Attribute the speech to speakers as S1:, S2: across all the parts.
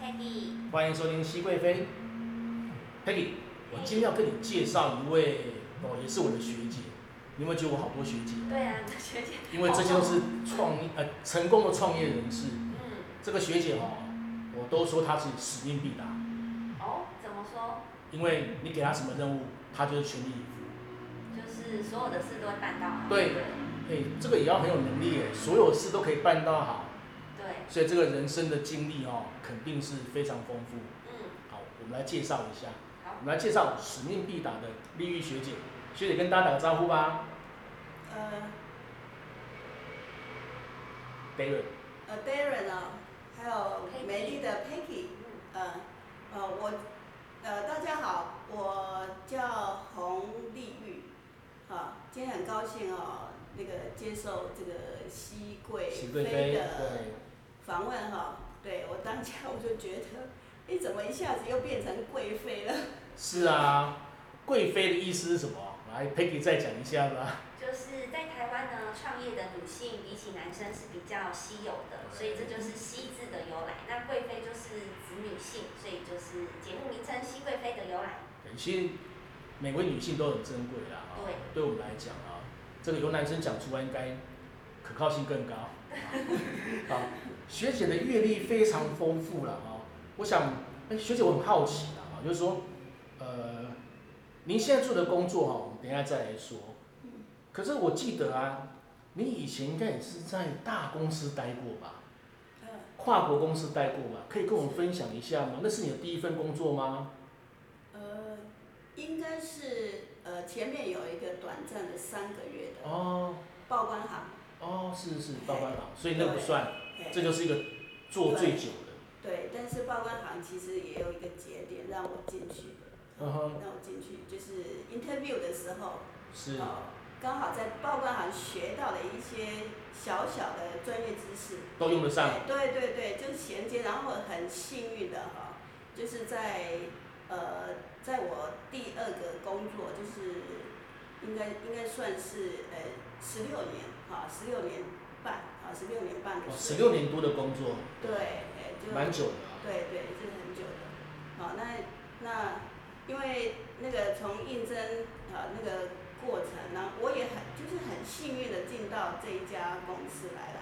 S1: Peggy，
S2: 欢迎收听熹贵妃，Peggy，我今天要跟你介绍一位哦，也是我的学姐。你有没有觉得我好多学姐？
S1: 对啊， 你的学姐，
S2: 因为这些都是创业呃成功的创业人士。
S1: 嗯，
S2: 这个学姐哦，我都说她是使命必达，
S1: 哦，怎么说？
S2: 因为你给她什么任务，她就是全力以赴。
S1: 就是所有的事都会办到啊好。
S2: 对
S1: 对
S2: 哎，这个也要很有能力哎，所有事都可以办到好，
S1: 对，
S2: 所以这个人生的经历哦，肯定是非常丰富。
S1: 嗯，
S2: 好，我们来介绍一下，
S1: 好
S2: 我，们来介绍使命必达的丽玉学姐。学姐跟大家打个招呼吧
S3: 呃
S2: ，Darren。
S3: 呃 Darren 啊，还有美丽的 Peggy，
S1: 嗯
S3: 呃呃我呃大家好，我叫洪丽玉，啊，今天很高兴哦，那个接受这个熹贵
S2: 熹贵妃，
S3: 的
S2: 对，
S3: 访问哈、对我当下我就觉得，你怎么一下子又变成贵妃了？
S2: 是啊，贵妃的意思是什么？来，Peggy 再讲一下吧。
S1: 就是在台湾呢，创业的女性比起男生是比较稀有的，所以这就是“熹”字的由来。那贵妃就是指女性，所以就是节目名称“熹贵妃”的由来。
S2: 其实每位女性都很珍贵啦，啊
S1: 对，
S2: 对我们来讲啊，这个由男生讲出来应该可靠性更高。好，学姐的阅历非常丰富了啊，我想，哎，学姐我很好奇啦，啊，就是说，呃，您现在做的工作哈、我们等一下再来说。可是我记得啊，你以前应该也是在大公司待过吧？
S3: 嗯、
S2: 跨国公司待过嘛？可以跟我们分享一下吗？那是你的第一份工作吗？
S3: 呃，应该是呃前面有一个短暂的三个月的
S2: 哦
S3: 报关行，
S2: 哦，是是，报关行，所以那不算，
S3: 哎
S2: 这就是一个做最久的。
S3: 对，但是报关行其实也有一个节点让我进去，
S2: 嗯哼，
S3: 让我进去就是 interview 的时候，
S2: 是
S3: 哦，刚好在报关行学到了一些小小的专业知识，
S2: 都用得上。
S3: 哎对对对，就是衔接，然后我很幸运的哈、就是在呃，在我第二个工作，就是应该应该算是呃十六年哈，十、六年半啊，十、六年半的
S2: 哇，哦
S3: 时
S2: 十
S3: 间
S2: 六年多的工作，
S3: 对，哎、就
S2: 蛮久的啊。
S3: 对对，是很久的。好，那那因为那个从应征啊那个过程呢，我也很就是很幸运的进到这一家公司来了。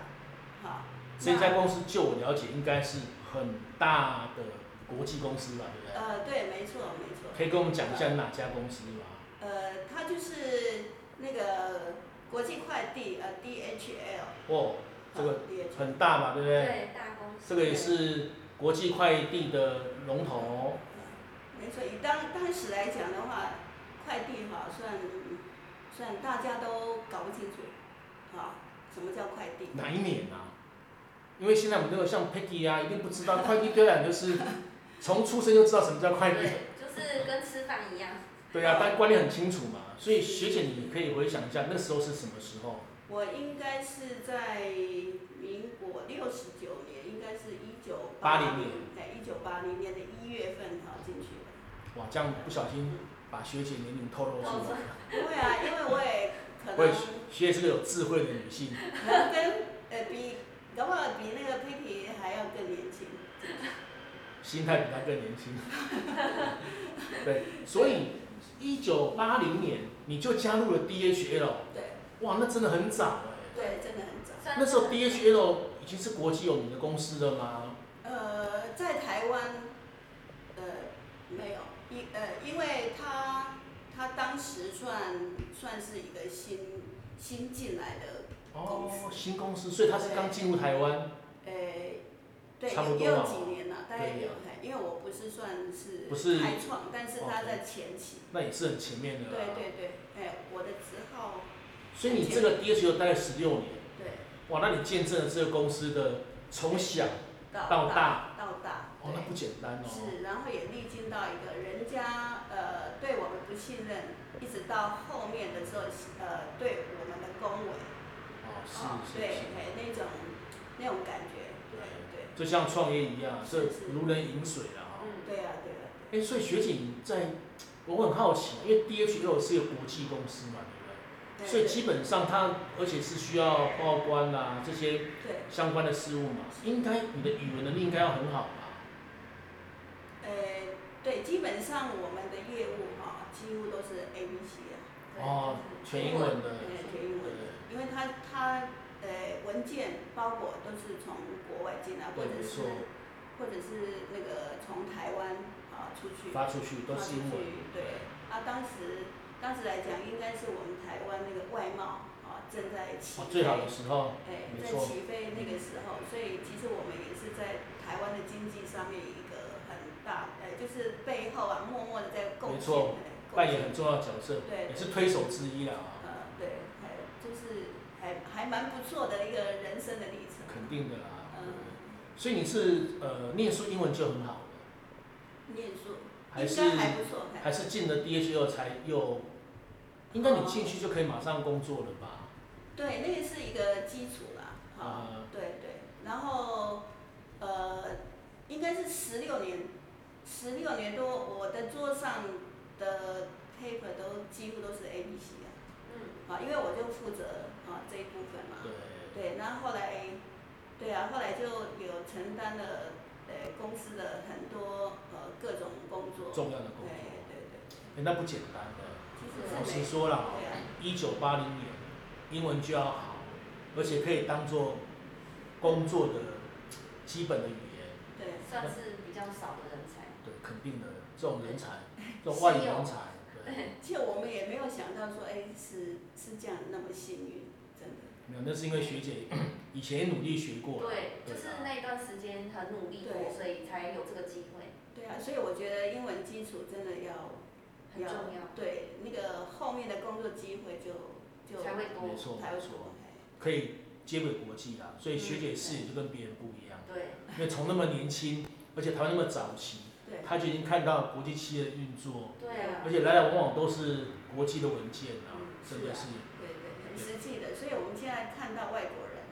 S3: 好，
S2: 这家
S3: 那
S2: 公司，就我了解，应该是很大的国际公司吧，对不对？
S3: 呃对，没错没错，
S2: 可以跟我们讲一下哪家公司吗？
S3: 呃，它就是那个国际快递呃 DHL，
S2: 哦，这个
S3: 好 DHL
S2: 很大嘛，对不对？
S1: 对，大公司。
S2: 这个也是国际快递的龙头。
S3: 嗯没错，以当当时来讲的话，快递哈算算大家都搞不清楚，啊，什么叫快递？
S2: 哪一年啊？因为现在我们都有像 Peggy 啊，一定不知道快递对啊，就是从出生就知道什么叫快递。
S1: 对，就是跟吃饭一样。
S2: 对啊，但观念很清楚嘛。所以学姐，你可以回想一下那时候是什么时候？
S3: 我应该是在民国六十九年，应该是一九
S2: 80年
S3: 年，在一九八零年的一月份哈进去的。
S2: 哇，这样不小心把学姐年龄透露出
S1: 哦
S2: 来。
S3: 不会啊，因为我也可
S2: 我也
S3: 能
S2: 是学姐是个有智慧的女性，
S3: 可能跟呃比，搞不好比那个 Peggy 还要更年轻。
S2: 心态比她更年轻。对，所以一九八零年你就加入了 DHL，
S3: 对
S2: 哇，那真的很早哎、
S3: 对，真的很早。
S1: 算
S2: 那时候
S1: 是
S2: DHL 已经是国际有名的公司了吗？
S3: 呃，在台湾，呃，没有，因呃，因为他他当时算算是一个新新进来的，
S2: 哦，新公司，所以他是刚进入台湾，
S3: 呃，对，
S2: 差不多
S3: 也有
S2: 了
S3: 几年了，大概
S2: 对
S3: 有
S2: 呀，
S3: 因为我不是算是
S2: 不是哦
S3: 开创，但是他
S2: OK
S3: 在前期，
S2: 那也是很前面
S3: 对
S2: 的、啊。
S3: 对对，哎，我的职号，
S2: 所以你这个 DHL 待了十六年，
S3: 对，
S2: 哇，那你见证了这个公司的从小
S3: 到
S2: 到大
S3: 大到大，
S2: 哦，那不简单哦。
S3: 是，然后也历经到一个人家呃对我们不信任，一直到后面的时候呃对我们的恭维，
S2: 哦，
S3: 哦
S2: 是是
S3: 对，
S2: 是，
S3: 哎那种那种感觉，对
S2: 就像创业一样，这
S3: 是是
S2: 如人饮水了啊、
S1: 嗯，
S3: 对对啊对啊，
S2: 哎、所以学姐你在，我很好奇，因为 DHL 是一个国际公司嘛，对不对？
S3: 对
S2: 所以
S3: 对
S2: 基本上它，而且是需要报关啊啦、这些
S3: 对
S2: 相关的事务嘛，应该你的语文能力应该要很好吧？
S3: 呃基本上我们的业务哈、几乎都是 A B C 的，
S2: 哦，全英文的，
S3: 呃，全
S2: 对
S3: 英文，因为它它呃文件包裹都是从国外进来，
S2: 对，
S3: 或者
S2: 没
S3: 是
S2: 错，
S3: 或者是那个从台湾啊出去
S2: 发出去都
S3: 发
S2: 是
S3: 出
S2: 英文
S3: 去，，对，啊，当时当时来讲，应该是我们台湾那个外贸啊正在起
S2: 哦
S3: 飞，
S2: 最好的时候，
S3: 哎，
S2: 没
S3: 在
S2: 错
S3: 起飞那个时候，所以其实我们也是在台湾的经济上面一个很大，呃，就是背后啊默默的在贡
S2: 没
S3: 献，
S2: 错
S3: 哎贡
S2: 扮演
S3: 献
S2: 很重要的角色，
S3: 对
S2: 也是推手之一啦，
S3: 呃，对，还就是还还蛮不错的一个人生的历程。
S2: 肯定的啦，对不对
S3: 嗯，
S2: 所以你是呃念书英文就很好的，
S3: 念书
S2: 还
S3: 应
S2: 是
S3: 该还不错，哎
S2: 还是进了 DHL 才又，应该你进去就可以马上工作了吧？
S3: 对，那个是一个基础啦，哈、
S2: 啊
S3: 对对，然后呃，应该是十六年，十六年多，我的桌上的 paper 都几乎都是 A B C 啊，
S1: 嗯，
S3: 啊，因为我就负责啊这一部分嘛，
S2: 对，
S3: 对，那后来，对啊，后来就有承担了呃公司的很多呃各种工作，
S2: 重要的
S3: 对
S2: 工作，
S3: 对
S2: 哎
S3: 对，
S2: 那不简单的。
S3: 其
S2: 老
S3: 实是
S2: 实
S3: 没，
S2: 说了，
S3: 对啊，
S2: 一九八零年英文就要好，而且可以当做工作的基本的语言，
S3: 对。啊
S1: 算是比较少的人才。
S2: 对，肯定的这种人才，这 种外语人
S3: 哦
S2: 才，对，
S3: 其实我们也没有想到说，哎，是是这样那么幸运，真的。
S2: 没有，那是因为学姐以前也努力学过啦，
S1: 对，就
S2: 啊
S1: 是那一段时间很努力过，
S3: 对
S1: 所以才有这个机会，
S3: 对啊，所以我觉得英文基础真的要
S1: 很
S3: 要
S1: 重要，
S3: 对那个后面的工作机会就就
S1: 才会多
S2: 没。错
S3: 才
S2: 没
S3: 会
S2: 错，
S3: 多。哎
S2: 可以接轨国际啦，所以学姐
S3: 嗯
S2: 视野就跟别人不一样，
S1: 对，
S2: 因为从那么年轻，而且台湾那么早期，
S3: 对
S2: 她就已经看到国际企业的运作，
S1: 对啊，
S2: 而且来来往往都是国际的文件啊
S3: 嗯，
S2: 真的
S3: 是啊
S2: 是
S3: 对对，很实际的。所以我们现在看到外国人，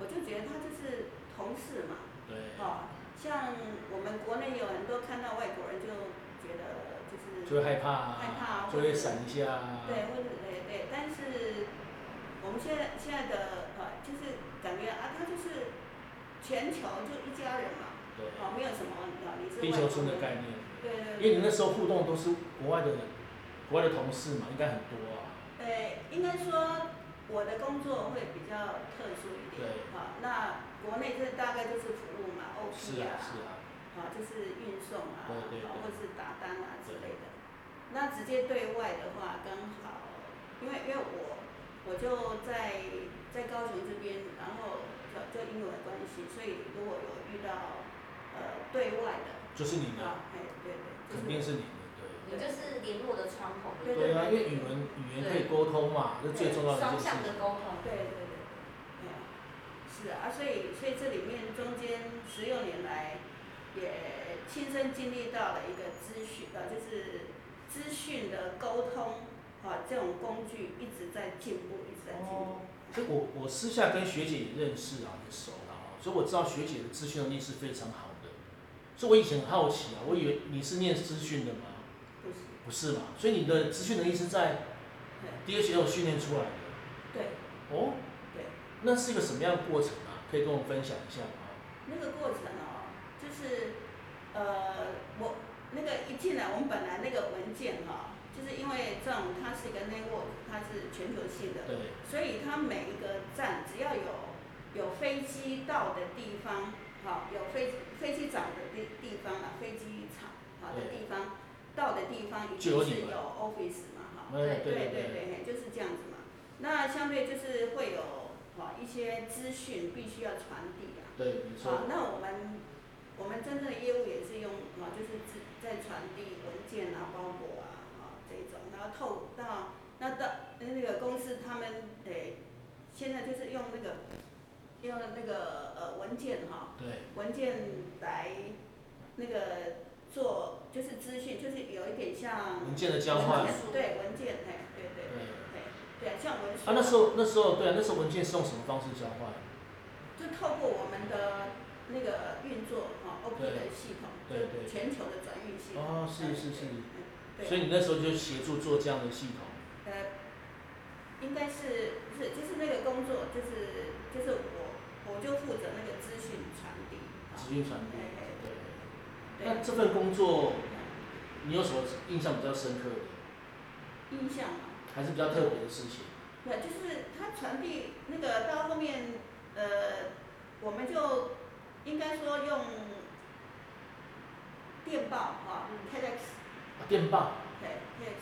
S3: 我就觉得他就是同事嘛，
S2: 对，
S3: 哦，像我们国内有很多看到外国人就觉得就是
S2: 就会害怕
S3: 害
S2: 啊，
S3: 怕，
S2: 就
S3: 或
S2: 会
S3: 者
S2: 闪一下啊，
S3: 对，或者对对，但是我们现在现在的呃，就是感觉啊，它就是全球就一家人嘛，
S2: 对，
S3: 哦，没有什么啊，你是
S2: 地球
S3: 外
S2: 村
S3: 国
S2: 的
S3: 人
S2: 概念，
S3: 对对
S2: 因
S3: 对，
S2: 为你那时候互动都是国外的国外的同事嘛，应该很多啊，
S3: 呃，应该说我的工作会比较特殊一点，
S2: 对
S3: 啊，那国内这大概就是服务嘛
S2: 是
S3: ，OP
S2: 啊
S3: 啊，
S2: 是啊，
S3: 啊，就是运送啊，
S2: 对对对
S3: 啊或是打单啊之
S2: 对
S3: 类的。那直接对外的话，刚好，因为因为我我就在在高雄这边，然后就就因为我的关系，所以如果有遇到呃对外的
S2: 就是你的，
S3: 啊，哎对对，
S2: 嗯肯定
S3: 就是
S2: 是你的，
S1: 你就是联络的窗口，
S2: 对，对
S3: 对
S2: 啊，因为语文语言可以沟通嘛，这最重要的一件事
S1: 双向的
S2: 情，
S1: 沟通，
S3: 对对对对，哎呀是啊，啊所以所以这里面中间十六年来也亲身经历到了一个资讯呃，就是资讯的沟通啊，这种工具一直在进步，一直在进步。
S2: 哦，所以我我私下跟学姐也认识啊，也熟了啊，所以我知道学姐的资讯能力是非常好的。所以我以前很好奇啊，我以为你是念资讯的吗？
S3: 不是，
S2: 不是嘛？所以你的资讯能力是在 DHL 训练出来的
S3: 对对
S2: 哦。
S3: 对，
S2: 那是一个什么样的过程啊？可以跟我们分享一下吗？
S3: 那个过程哦，就是呃，我那个一进来，我们本来那个文件哈、就是因为这种它是一个 network，它是全球性的，
S2: 对，
S3: 所以它每一个站只要有有飞机到的地方，好、有飞飞机场的地地方啊，飞机场好的
S2: 对
S3: 地方到的地方一
S2: 就有
S3: 定是
S2: 你们
S3: 有 office 嘛，哈、
S2: 哎对对
S3: 对对
S2: 对，
S3: 对，就是这样子嘛。那相对就是会有好、一些资讯必须要传递啊，
S2: 对，没
S3: 好、
S2: 错，
S3: 那我们我们真正的业务也是用啊，就是自在传递文件啊、包裹啊，啊这一种，然后透到那到那个公司他们得现在就是用那个用那个呃文件哈、
S2: 对，
S3: 文件来那个做就是资讯，就是有一点像
S2: 文件的交换
S3: 文，件对文件，哎，对对
S2: 对。
S3: 对对对啊，像文书
S2: 啊，那时候那时候对啊，那时候文件是用什么方式交换？
S3: 就透过我们的那个运作哈、o p
S2: 对
S3: 的系统，
S2: 对
S3: 就
S2: 对
S3: 全球的转运系统。
S2: 哦，是是
S3: 对
S2: 是，
S3: 对
S2: 所以你那时候就协助做这样的系统。
S3: 呃，应该是不是就是那个工作，就是就是我我就负责那个资讯传递。
S2: 资
S3: 啊
S2: 讯传
S3: 哎
S2: 递。对。
S3: 对
S2: 那这份工作你有什么印象比较深刻的，
S3: 印象嘛，
S2: 还是比较特别的事情？
S3: 对，就是它传递那个到后面，呃，我们就应该说用电报哈、
S1: 嗯
S3: t e d x
S2: 啊电报，
S3: 对 TEDx，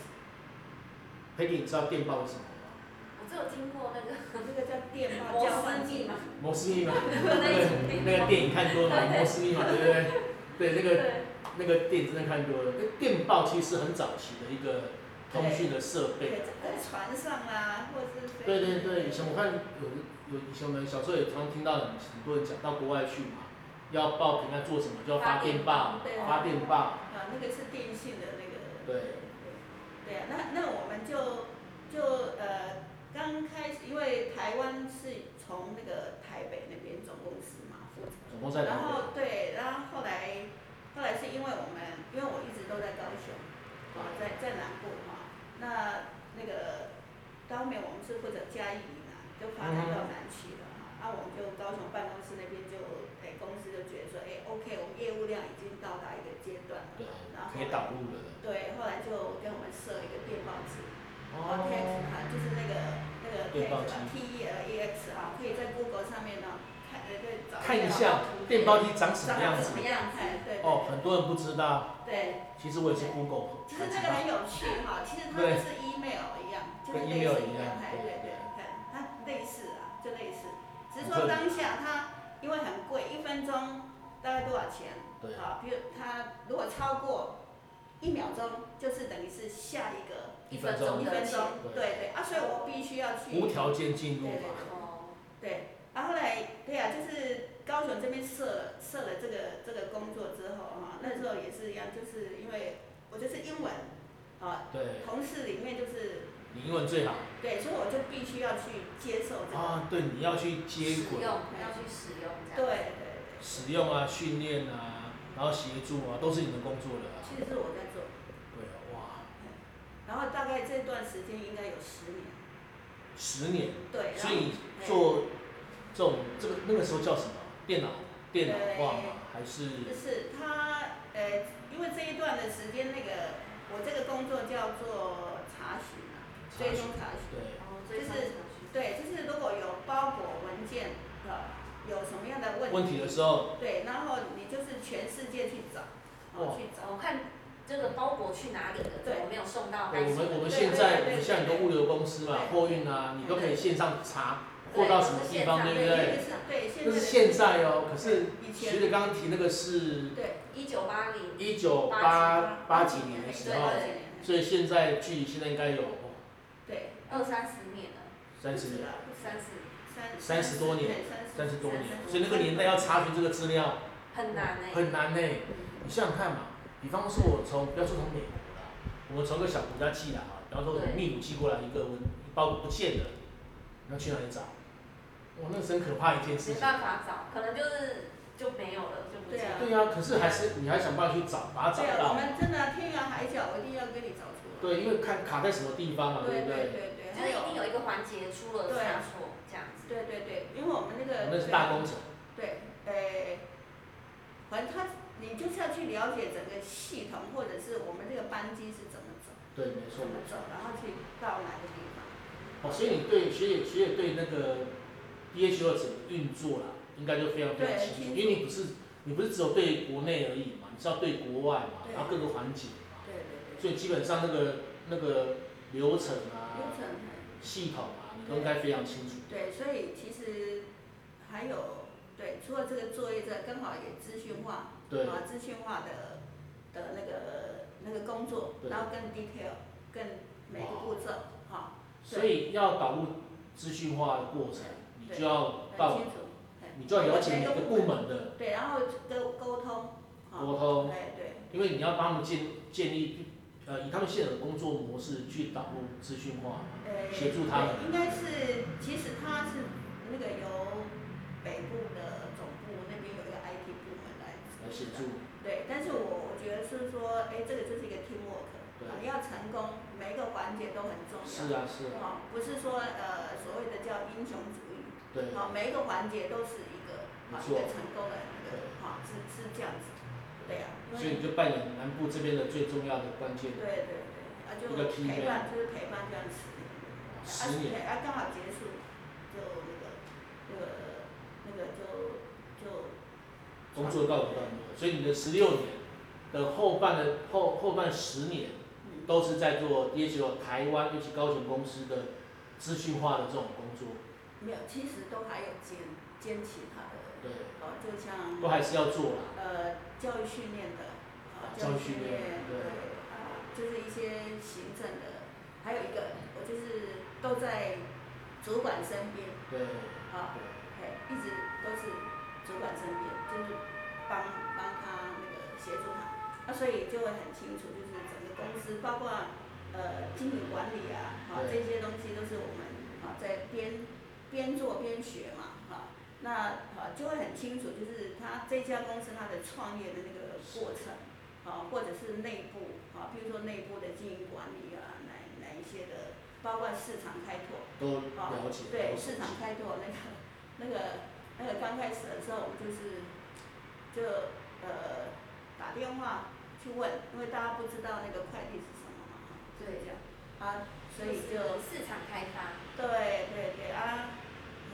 S2: 佩蒂，你知道电报是什么吗？
S1: 我只有听过那个
S3: 这个叫电报
S1: 摩
S3: 交
S1: 斯
S3: 换
S1: 密 码，
S2: 摩斯密码，
S1: 那一种
S2: 对，那个电影看多了，摩斯密码，对不对？对，那个
S1: 对，
S2: 那个电影真的看多了。那电报其实很早期的一个通讯的设备
S3: 对，。在船上啊，或者是
S2: 对对对，以前我看有有以前我们小时候也常常听到很很多人讲到国外去嘛，要报平安做什么就要发电报
S3: 对，
S2: 发电报，
S3: 啊，那个是电信的那个。
S2: 对
S3: 对啊，那那我们就就呃刚开始，因为台湾是从那个台北那边总公司嘛负责，
S2: 总共在台
S3: 然
S2: 北，
S3: 后对，然后后来后来是因为我们，因为我一直都在高雄，啊，在在南部哈，那那个当面我们是负责嘉义以南，就发展到南区了哈，啊，我们就高雄办公室那边就哎公司就觉得说，哎，OK，我们业务量已经到达一个阶段了，
S2: 对
S3: 然后，
S2: 可以导入了。
S3: 对，后来就给我们设一个电报纸。
S2: 哦，
S3: 哦，TX 啊，就是那个那个
S2: 电报
S3: TX
S2: 机
S3: 啊，T E L E X 啊，可以在 Google 上面呢看呃对找
S2: 看一下电报机长什么样
S3: 长
S2: 子
S3: 什。么样子，对对
S2: 哦，很多人不知道，
S3: 对，
S2: 其实我也是 Google
S3: 其
S2: 才
S3: 实
S2: 知
S3: 这个
S2: 道。
S3: 很有趣哈，其实它
S2: 对
S3: 就是 email 一样，就是
S2: 跟
S3: 类似
S2: email 一样
S3: 哎
S2: 对
S3: 对
S2: 对
S3: 对，看它类似啊，就类似，只
S2: 很
S3: 是
S2: 特
S3: 说
S2: 别
S3: 当下它因为很贵，一分钟大概多少钱？
S2: 对
S3: 啊，比如它如果超过一秒钟，就是等于是下一个
S2: 一分钟
S3: 一分钟，
S2: 对
S3: 对对啊，所以我必须要去
S2: 无条件进入嘛，
S1: 哦，
S3: 对，啊，后来对呀、就是高雄这边设了设了这个这个工作之后哈、那时候也是一样，就是因为我就是英文，啊，
S2: 对，
S3: 同事里面就是
S2: 你英文最好
S3: 对，所以我就必须要去接受这个，
S2: 啊，对，你要去接
S1: 使
S2: 轨
S1: 用，要去使用这样，
S3: 对对对，
S2: 使用啊、训练啊，然后协助啊，都是你们工作的啊。
S3: 其实是我在做，
S2: 对啊，哇，
S3: 然后大概这段时间应该有十年，
S2: 十年，
S3: 对，啊然
S2: 所
S3: 后
S2: 以你做这种这个那个时候叫什么？电脑电脑化吗？还是
S3: 就是他呃，因为这一段的时间那个我这个工作叫做查询啊，
S2: 查
S3: 追
S2: 询？
S3: 踪查询。
S2: 对，
S1: 然后哦追上去，
S3: 对，就是如果有包裹文件的，有什么样的问题，
S2: 问题的时候，
S3: 对，然后你就是全世界去找，
S2: 哇
S3: 哦，去找，
S1: 我看这个包裹去哪里了，怎么没有送到？
S2: 对我们我们
S3: 对
S2: 现在
S3: 对
S2: 我
S3: 对
S2: 们像很多物流公司嘛，
S3: 对
S2: 货运啊，你都可以线上查货
S1: 对
S2: 到
S1: 都
S2: 什么
S1: 是
S2: 地
S1: 线
S2: 方，
S1: 上
S2: 对不
S3: 对，
S1: 对
S3: 这
S2: 对
S3: 个？是
S2: 这
S3: 对现在的
S2: 是现在哦，可是
S3: 以
S2: 学
S3: 前
S2: 姐刚刚提那个是
S3: 对
S1: 一九八零，
S2: 一九八八几年
S3: 年
S2: 的
S3: 的
S2: 时
S3: 时
S2: 候
S3: 候，
S1: 对，
S2: 所以现在距离现在应该有哦
S3: 对，
S1: 二三十年了，
S2: 三十年，
S1: 三十
S2: 三
S3: 三
S2: 十多年
S3: 对
S2: 三十多年，
S1: 30
S2: 所以那个年代要查询这个资料。
S1: 很难哎、
S2: 很难呢、你想想看嘛，比方说我从不要说从美国啦，我们从个小国家寄来啊，比方说从
S1: 对
S2: 秘鲁寄过来一个文包裹不见了，你要去哪里找？哇，那是很可怕的一件事情。
S1: 没办法找，可能就是就没有了，就不见了。
S2: 对啊呀、可是还是你还想办法去找，把它找
S3: 对啊，我
S2: 到。
S3: 们真的天涯海角，我一定要跟你找出来，
S2: 对，因为看卡在什么地方嘛，对
S3: 对
S2: 不
S3: 对
S2: 对？
S3: 对对，
S1: 就是一定有一个环节出了差错，这样子。
S3: 对对对，因为我们那个
S2: 那是大工程，
S3: 对，呃，反正他你就是要去了解整个系统，或者是我们这个班机是怎么走，
S2: 对，没错
S3: 怎么
S2: 没
S3: 走
S2: 错。，
S3: 然后去到哪个地方。
S2: 哦，所以你对学姐学姐对那个 DHL 整个运作啦，应该就非常非常
S3: 对
S2: 清
S3: 清
S2: 楚，
S3: 楚
S2: 因为你不是你不是只有对国内而已嘛，你是要对国外嘛，
S3: 对
S2: 然后各个环节嘛。
S3: 对对对，
S2: 所以基本上那个那个流程
S3: 流
S2: 啊、
S3: 程
S2: 系统啊，你都应该非常清楚。
S3: 对，所以其实还有对，除了这个作业之外，刚好也资讯化，
S2: 对
S3: 啊，资讯化的的那个那个工作
S2: 对，
S3: 然后更 detail，更每个步骤，哈，
S2: 所以要导入资讯化的过程，你
S3: 对
S2: 就要
S3: 很
S2: 哦到，
S3: 清楚，嘿
S2: 你就要了解每个部，门的
S3: 对，然后沟沟通，
S2: 沟
S3: 哈，
S2: 通，
S3: 对对。
S2: 因为你要帮他们建建立，呃，以他们现有的工作模式去导入资讯化。
S3: 呃
S2: 协助他们
S3: 对应该是，其实他是那个由北部的总部那边有一个 IT 部门
S2: 来
S3: 来
S2: 呃协
S3: 的
S2: 助，
S3: 对，但是我我觉得是说，哎，这个就是一个 teamwork，
S2: 对
S3: 啊你要成功，每一个环节都很重要。
S2: 是啊是啊，
S3: 哦，不是说呃所谓的叫英雄主义，哦
S2: 对，
S3: 好、每一个环节都是一个
S2: 没
S3: 啊一
S2: 错
S3: 个成功的一
S2: 对
S3: 哦个哈、是是这样子，
S2: 对
S3: 对啊，因
S2: 所以
S3: 为
S2: 你就扮演南部这边的最重要的关键
S3: 对对对，啊就
S2: 一个 key
S3: 陪伴就是陪伴这样子，啊
S2: 十年，
S3: 啊刚好结束就那个那个那个就就
S2: 工作告一段落，所以你的十六年的后半的后后半十年
S3: 嗯
S2: 都是在做，也许有台湾，尤其高雄公司的资讯化的这种工作，
S3: 没有，其实都还有兼兼其他的，
S2: 对，
S3: 哦就像
S2: 都还是要做啦。
S3: 呃教育训练的，啊
S2: 教育训练对
S3: 对，啊就是一些行政的，还有一个我就是都在主管身边
S2: 对，对，
S3: 啊，哎一直都是主管身边，就是帮帮他那个协助他，那所以就会很清楚，就是整个公司包括呃经营管理啊，啊
S2: 对
S3: 这些东西都是我们啊在边边做边学嘛，啊那啊就会很清楚，就是他这家公司它的创业的那个过程。啊，或者是内部啊，比如说内部的经营管理啊，哪哪一些的，包括市场开拓，
S2: 都
S3: 啊
S2: 了解。都
S3: 对，市场开拓那个那个那个刚开始的时候，我们就是就呃打电话去问，因为大家不知道那个快递是什么嘛，就
S1: 对
S3: 这样啊，所以
S1: 就
S3: 就是
S1: 市场开发，
S3: 对对对啊，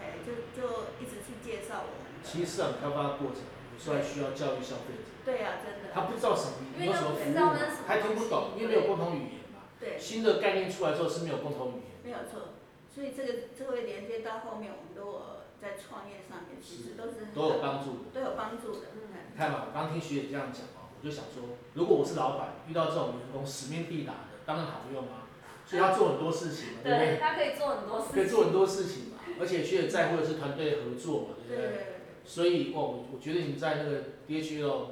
S3: 哎，就就一直去介绍我们
S2: 其实市
S3: 的，
S2: 场开发的过程，有时候还需要教育消费者，
S3: 对啊，真的，
S2: 他不知道什么
S1: 因为
S2: 有什么
S1: 他不
S2: 服
S1: 知道
S2: 务
S1: 那是什么，
S2: 他听不懂，
S1: 东西
S2: 因为没有共同语言嘛。
S3: 对，
S2: 新的概念出来之后是没有共同语言。
S3: 没有错，所以这个这会连接到后面，我们如果在创业上面，其实都是很
S2: 都有帮助的。
S3: 都有帮助的，
S1: 嗯
S2: 你看嘛，刚听学姐这样讲哦，我就想说，如果我是老板，遇到这种员工使命必达的，当然好用啊。所以他做很多事情嘛，对不
S1: 对，
S2: 对？
S1: 他可以做很多
S2: 可以
S1: 事情，
S2: 做很多事情嘛，而且学姐在乎的是团队合作嘛，对
S3: 嗯对
S2: 不
S3: 对
S2: 对？
S3: 对。
S2: 所以哦，我我觉得你在那个 DHL 哦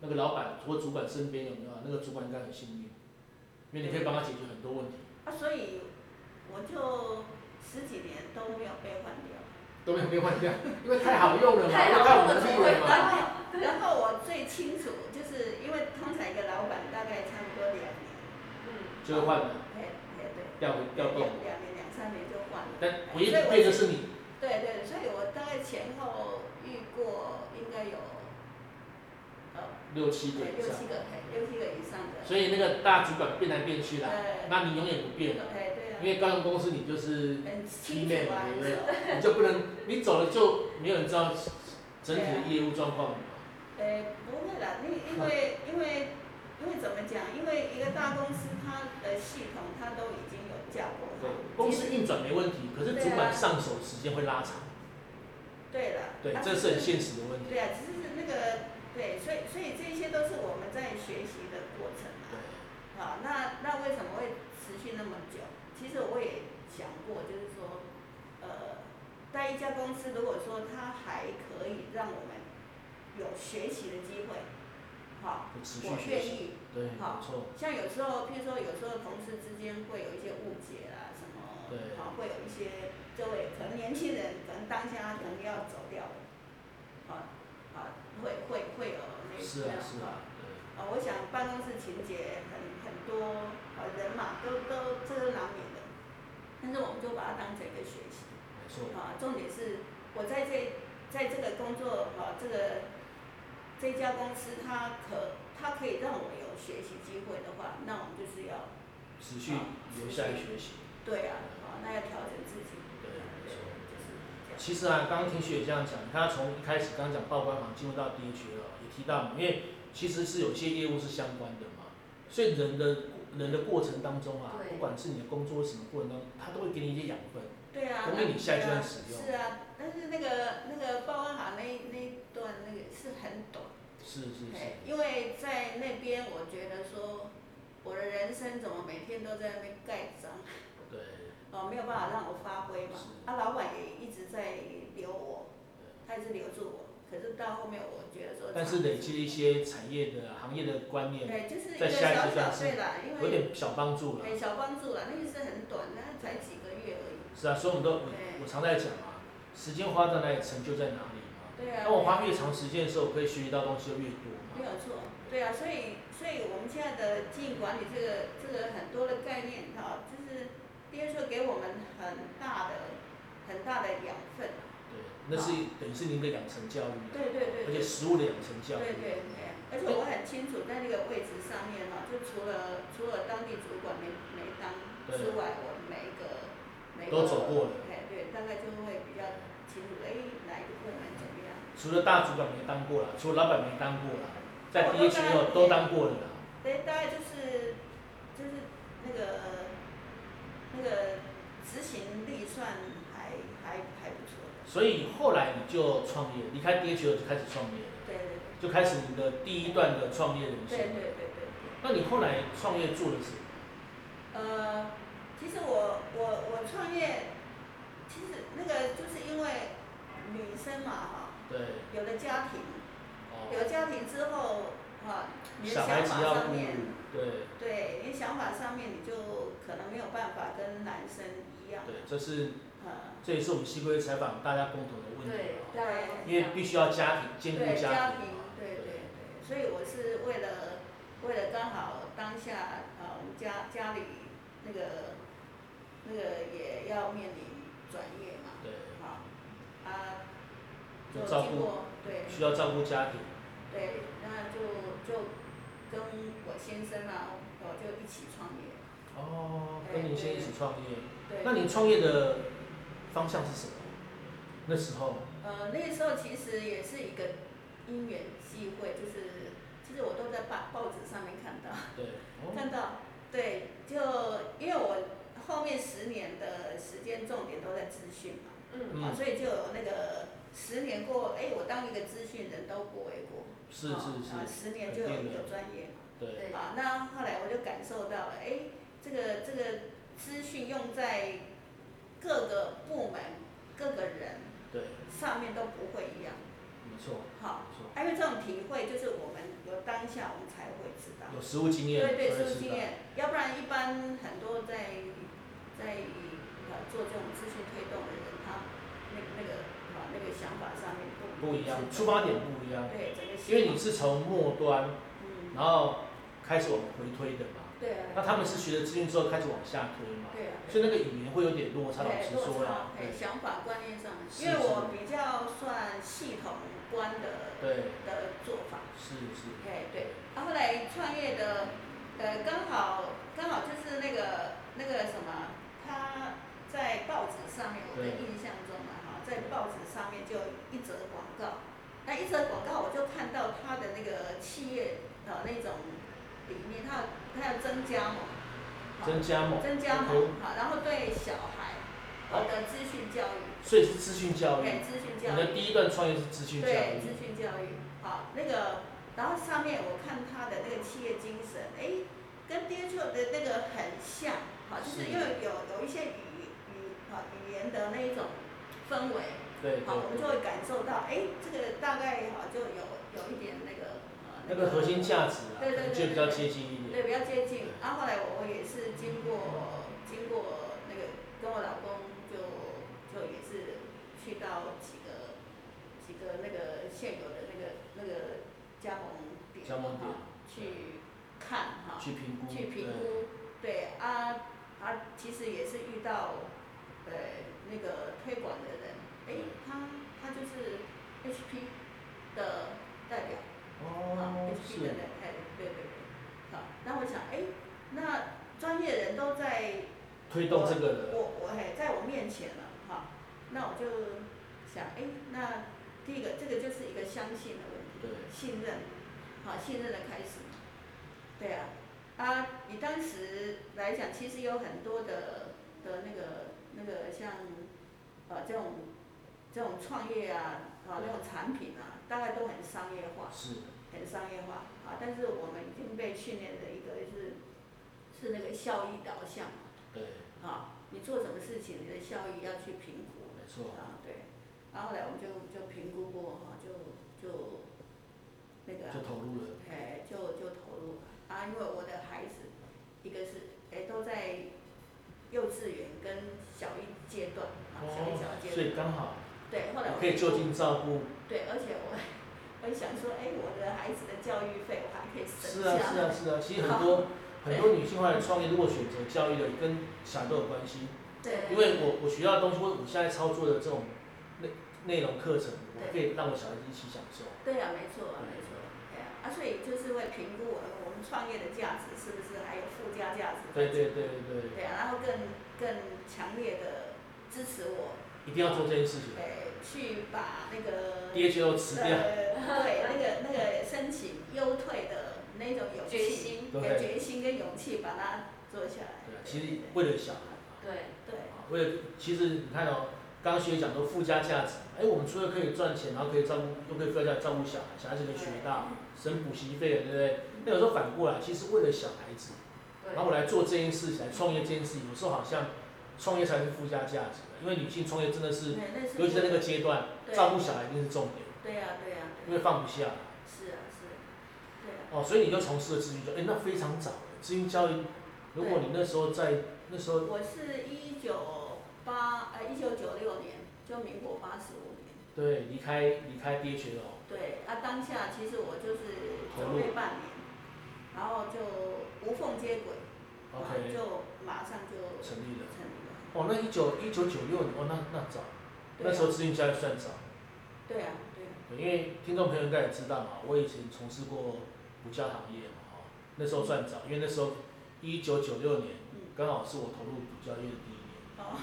S2: 那个老板或主管身边有没有啊？那个主管应该很幸运，因为你可以帮他解决很多问题，
S3: 啊，所以我就十几年都没有被换掉。
S2: 都没有被换掉， 因为太好用了嘛，
S1: 太
S2: 因为
S1: 好用
S2: 太
S1: 了
S2: 有能力了嘛。
S3: 然后，然后我最清楚，就是因为通常一个老板大概差不多两年，
S1: 嗯，
S2: 就会换了，
S3: 哎哎对，
S2: 调调动
S3: 两，两年两三年就换了。
S2: 但唯一变的是你，
S3: 对对，所以我大概前后遇过应该有呃
S2: 六七个
S3: 哎
S2: 以
S3: 六
S2: 上。
S3: 七个，哎六七个以上的。
S2: 所以那个大主管变来变去啦
S3: 对，
S2: 那你永远不变了，
S3: 哎对啊
S2: 因，为高雄公司你就是
S3: 很
S2: key
S3: 清
S2: man
S3: 楚
S2: 嘛
S3: 啊，
S2: 对不对？你就不能你走了就没有人知道整体的业务状况了嘛。
S3: 呃，不会啦，因为因为因为因为怎么讲？因为一个大公司它的系统它都已经有架构
S2: 对
S3: 好，，
S2: 公司运转没问题，可是主管
S3: 对啊
S2: 上手时间会拉长，
S3: 对了，
S2: 对
S3: 啊，
S2: 这是很现实的问题。
S3: 对啊，只是那个对，所以所以这些都是我们在学习的过程
S2: 对
S3: 嘛。好，那那为什么会持续那么久？其实我也想过，就是说，呃，在一家公司，如果说它还可以让我们有学习的机会，好，
S2: 就持续
S3: 我
S2: 学
S3: 愿
S2: 习，
S3: 意。
S2: 对，没
S3: 好
S2: 错，
S3: 像有时候，譬如说，有时候同事之间会有一些误解啦，什么，
S2: 对
S3: 好，会有一些，就会可能年轻人可能当下可能要走掉了，好，好，会会会有那
S2: 是啊是啊，对，
S3: 啊，我想办公室情节很很多，呃，人嘛，都都这是难免的，但是我们就把它当成一个学习，
S2: 没错，
S3: 啊，重点是我在这在这个工作啊，这个这家公司它可它可以让我有学习机会的话，那我们就是要
S2: 持续留下来学习，
S3: 对啊，啊，那要调整自己，
S2: 对，没错。
S3: 就是
S2: 其实啊，刚刚听学姐这样讲，她从一开始刚刚讲报关行进入到 DHL 也提到嘛，因为其实是有些业务是相关的嘛，所以人的人的过程当中啊，
S1: 对
S2: 不管是你的工作什么过程当中，他都会给你一些养分。
S3: 这样，对啊，
S2: 供应你下一阶
S3: 对啊
S2: 段使用
S3: 是啊，但是那个那个报案行那一那一段那个是很短。
S2: 是是
S3: 对，
S2: 是，
S3: 因为在那边，我觉得说我的人生怎么每天都在那边盖章，
S2: 对，
S3: 哦，没有办法让我发挥嘛。
S2: 是
S3: 啊，老板也一直在留我，他一直留住我。可是到后面，我觉得说，
S2: 但是累积一些产业的行业的观念，
S3: 对，就是一
S2: 在
S3: 个
S2: 下一
S3: 小
S2: 阶段
S3: 小
S2: 是
S3: 对啦，因
S2: 有
S3: 为
S2: 点小帮助了。
S3: 哎小帮助啦，那个是很短，那才几个月而已。
S2: 是啊，所以我们都我
S3: 对
S2: 我常在讲啊，时间花在哪里，成就在哪里嘛。
S3: 对啊，
S2: 当我花越长时间的时候，可以学习到东西就越多嘛。
S3: 没有错，对啊，所以所以我们现在的经营管理这个这个很多的概念哈、就是第二说给我们很大的很大的养分。
S2: 对，那是等于是您的养成教育，啊
S3: 对对对
S2: 而
S3: 对
S2: 且食物的养成
S3: 对
S2: 教育，
S3: 对对，而且我很清楚在那个位置上面哈，就除了除了当地主管没没当之外，我每一个每一个
S2: 都走过了
S3: 哎对，大概就会比较清楚，哎哪一个部门怎么样，
S2: 除了大主管没当过啦，除了老板没当过啦，在
S3: 我
S2: DHL
S3: 都当
S2: 哦都当过了啦。
S3: 对，大概就是就是那个那个执行力算还还还不错的，
S2: 所以后来你就创业，离开 DHL 就开始创业了，
S3: 对对对
S2: 就开始你的第一段的创业人
S3: 对
S2: 生。
S3: 对对对。
S2: 那你后来创业做了什么？
S3: 呃，其实我我我创业，其实那个就是因为女生嘛哈，
S2: 对，
S3: 有了家庭，
S2: 哦，
S3: 有了家庭之后哈，你的
S2: 小
S3: 想
S2: 孩
S3: 法
S2: 子要
S3: 上
S2: 顾
S3: 面，，
S2: 对
S3: 对，你的想法上面你就可能没有办法跟男生一样，
S2: 对，这是
S3: 呃，
S2: 这也是我们西归采访大家共同的问题
S1: 对，
S2: 啊，
S1: 当然我
S2: 因为必须要家庭兼顾
S3: 对家
S2: 庭
S3: 庭
S2: 嘛，，
S3: 对对对，所以我是为了为了刚好当下呃我们家家里那个那个也要面临转业嘛。
S2: 对，
S3: 好，啊，
S2: 就
S3: 就
S2: 照
S3: 经
S2: 顾
S3: 过对
S2: 需要照顾家庭，
S3: 对，那就就跟我先生啊，我就一起创业。
S2: 哦，
S3: 对
S2: 跟你先一起创业，
S3: 对，
S2: 那你创业的方向是什么？那时候，
S3: 呃那个时候其实也是一个因缘际会，就是其实我都在报报纸上面看到，
S2: 对，哦，
S3: 看到对，就因为我后面十年的时间重点都在资讯嘛，
S1: 嗯
S3: 啊，
S2: 嗯，
S3: 所以就有那个十年过，哎，我当一个资讯人都不为过。
S2: 是
S3: 啊
S2: 是
S3: 啊，
S2: 是，
S3: 十年就有一个专业嘛。
S2: 对，
S1: 对
S3: 啊，那后来我就感受到了，哎，这个这个资讯用在各个部门、各个人
S2: 对，
S3: 上面都不会一样。
S2: 没错，
S3: 好，
S2: 没错，
S3: 因为这种体会就是我们有当下，我们才会知道。
S2: 有实务经验，
S3: 对对，
S2: 才会
S3: 是
S2: 知
S3: 经
S2: 道
S3: 验，要不然一般很多在在呃做这种资讯推动的人，他那那个啊那个想法上面不
S2: 不一样，
S3: 是
S2: 出发点不一样，
S3: 对整个系
S2: 因为你
S3: 统
S2: 是从末端，
S3: 嗯
S2: 然后开始往回推的嘛，
S3: 对啊
S2: 那他们是学了资讯之后开始往下推嘛，
S3: 对啊。
S2: 所以那个语言会有点落差，老
S3: 对，
S2: 实
S3: 落
S2: 说
S3: 差
S2: 啦，，
S3: 哎，想法观念上，
S2: 是
S3: 因为我比较算系统观的
S2: 对，
S3: 的做法，
S2: 是是，
S3: 哎，对。啊，后来创业的，呃，刚好刚好就是那个那个什么，他在报纸上面，我的
S2: 对
S3: 印象中啊，
S2: 嗯
S3: 哈，在报纸上面就有一则广告，那一则广告我就看到他的那个企业的那种理念，他要他要增加嘛，好
S2: 增加嘛，哦
S3: 增加嘛
S2: OK，
S3: 好，然后对小孩好的资讯教育，
S2: 所以是资讯教育，
S3: 对资讯
S2: 你
S3: 教
S2: 的
S3: 育，
S2: 第一段创业是资讯教育，
S3: 对资讯教育，好那个，然后上面我看他的那个企业精神，哎，跟 DHL 的那个很像，好，就是
S2: 是
S3: 又有有一些语语啊语言的那一种氛围，
S2: 对
S3: 好，我们就
S2: 对，
S3: 会感受到，哎，这个大概哈就有有一点那个呃
S2: 那个核心价值啊，
S3: 对
S2: 可
S3: 对
S2: 能
S3: 对
S2: 就比较接近一点，
S3: 对，比较接近。啊，后来我也是经过经过那个跟我老公就就也是去到几个几个那个现有的那个那个加盟点
S2: 加盟点
S3: 哈去看哈，
S2: 去评估，
S3: 去评
S2: 对
S3: 估，对啊啊，其实也是遇到呃那个推广的人，诶，
S2: 对
S3: 他他就是 HP 的代表。
S2: 哦
S3: 哦，，
S2: 是
S3: 是，的，哎，对对对，好，那我想，哎，那专业人都在
S2: 推动这个的，
S3: 我我哎在我面前了，哈，那我就想，哎，那第一个这个就是一个相信的问题，
S2: 对，
S3: 信任，好，信任的开始，对啊，啊，你当时来讲，其实有很多的的那个那个像，呃，这种这种创业啊，啊，那种产品啊，大概都很商业化。
S2: 是，
S3: 很商业化啊，但是我们已经被训练的一个是是那个效益导向
S2: 对，
S3: 啊，你做什么事情，你的效益要去评估
S2: 没错，
S3: 啊，对。然后后来我们就就评估过哈、就就那个啊
S2: 就投入了，
S3: 哎，就就投入啊，因为我的孩子一个是哎都在幼稚园跟小一阶段啊，小一小
S2: 哦，
S3: 一阶
S2: 所以
S3: 段，
S2: 刚好
S3: 对，后来我
S2: 可以就
S3: 评估
S2: 近照顾，
S3: 对，而且我我也想说，哎，我的孩子的教育费我还可以省
S2: 是
S3: 下
S2: 啊是
S3: 来。
S2: 啊是啊，其实很多很多女性后来创业，如果选择教育的，跟小孩都有关系。
S3: 对，
S2: 因为我我学到的东西，或者我现在操作的这种那内容课程，我可
S3: 对
S2: 以让我小孩子一起享受。
S3: 对啊，没错啊，没错，对啊，啊，所以就是会评估我我们创业的价值是不是还有附加价值，
S2: 对对对对
S3: 对啊，然后更更强烈的支持我，
S2: 一定要做这件事情。
S3: 对，去把那个
S2: DHL 辞掉，
S3: 呃，对，那个那个申请优退的那种勇
S1: 决
S3: 气，
S1: 心，
S3: 有
S2: 对
S3: 决心跟勇气把它做下来。
S2: 对，啊其实为了小孩嘛，
S1: 对，
S3: 对
S2: 啊为了其实你看哦，刚刚学姐讲的附加价值，哎，我们除了可以赚钱，然后可以照顾，又可以附加价值照顾小孩，小孩子可以学到，
S3: 嗯
S2: 省补习费了，对不对？那有时候反过来，其实为了小孩子，
S1: 对，
S2: 然后我来做这件事，来创业这件事情，有时候好像创业才是附加价值的，因为女性创业真的是，
S3: 对，那是
S2: 尤其在那个阶段，
S3: 嗯对
S2: 照顾小孩一定是重点，
S3: 对啊呀对呀，
S2: 因为放不下。
S3: 是啊是啊，对啊，
S2: 哦，所以你就从事了咨询教育，哎，那非常早了。咨询教育，如果你那时候在那时候，
S3: 我是一九八呃一九九六年，就民国八十五年。
S2: 对，离开离开 DHL，
S3: 对，啊，当下其实我就是准备半年，然后就无缝接轨，然后
S2: 哦 OK
S3: 就马上就
S2: 成立了。
S3: 成立了。
S2: 哦，那一九一九九六年，哦，那那早，
S3: 对
S2: 那
S3: 啊
S2: 时候咨询教育算早，
S3: 对啊，对啊，
S2: 对因为听众朋友应该也知道嘛，我以前从事过补教行业嘛，哦，那时候算早，因为那时候一九九六年
S3: 嗯
S2: 刚好是我投入补教业的第一年，
S3: 哦，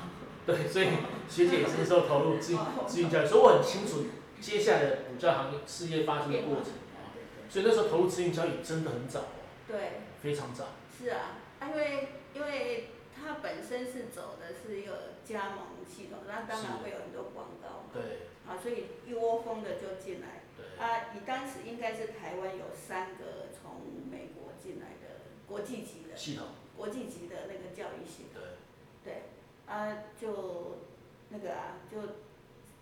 S2: 对，所以学姐也是那时候投入咨询咨询教育，所以我很清楚接下来的补教行业事业发生的过程啊。
S3: 对对
S2: 所以那时候投入咨询教育真的很早哦，
S3: 对，
S2: 非常早。
S3: 是啊，啊因为因为它本身是走的是有加盟系统，那当然
S2: 是
S3: 会有很多广告嘛，
S2: 对
S3: 啊，所以一窝蜂的就进来。
S2: 对
S3: 啊，你当时应该是台湾有三个从美国进来的国际级的
S2: 系统
S3: 国际级的那个教育系统。
S2: 对
S3: 对，啊，就那个啊，就